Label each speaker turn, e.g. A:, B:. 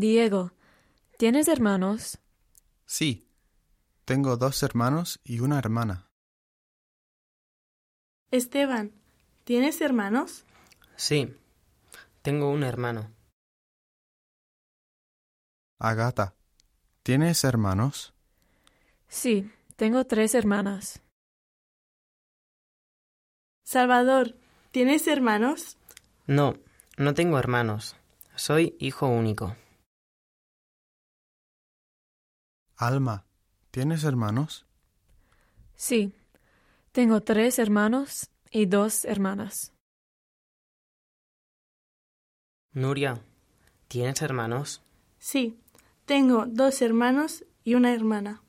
A: Diego, ¿tienes hermanos?
B: Sí, tengo dos hermanos y una hermana.
C: Esteban, ¿tienes hermanos?
D: Sí, tengo un hermano.
B: Agata, ¿tienes hermanos?
A: Sí, tengo tres hermanas.
C: Salvador, ¿tienes hermanos?
D: No, no tengo hermanos. Soy hijo único.
B: Alma, ¿tienes hermanos?
A: Sí, tengo tres hermanos y dos hermanas.
D: Nuria, ¿tienes hermanos?
C: Sí, tengo dos hermanos y una hermana.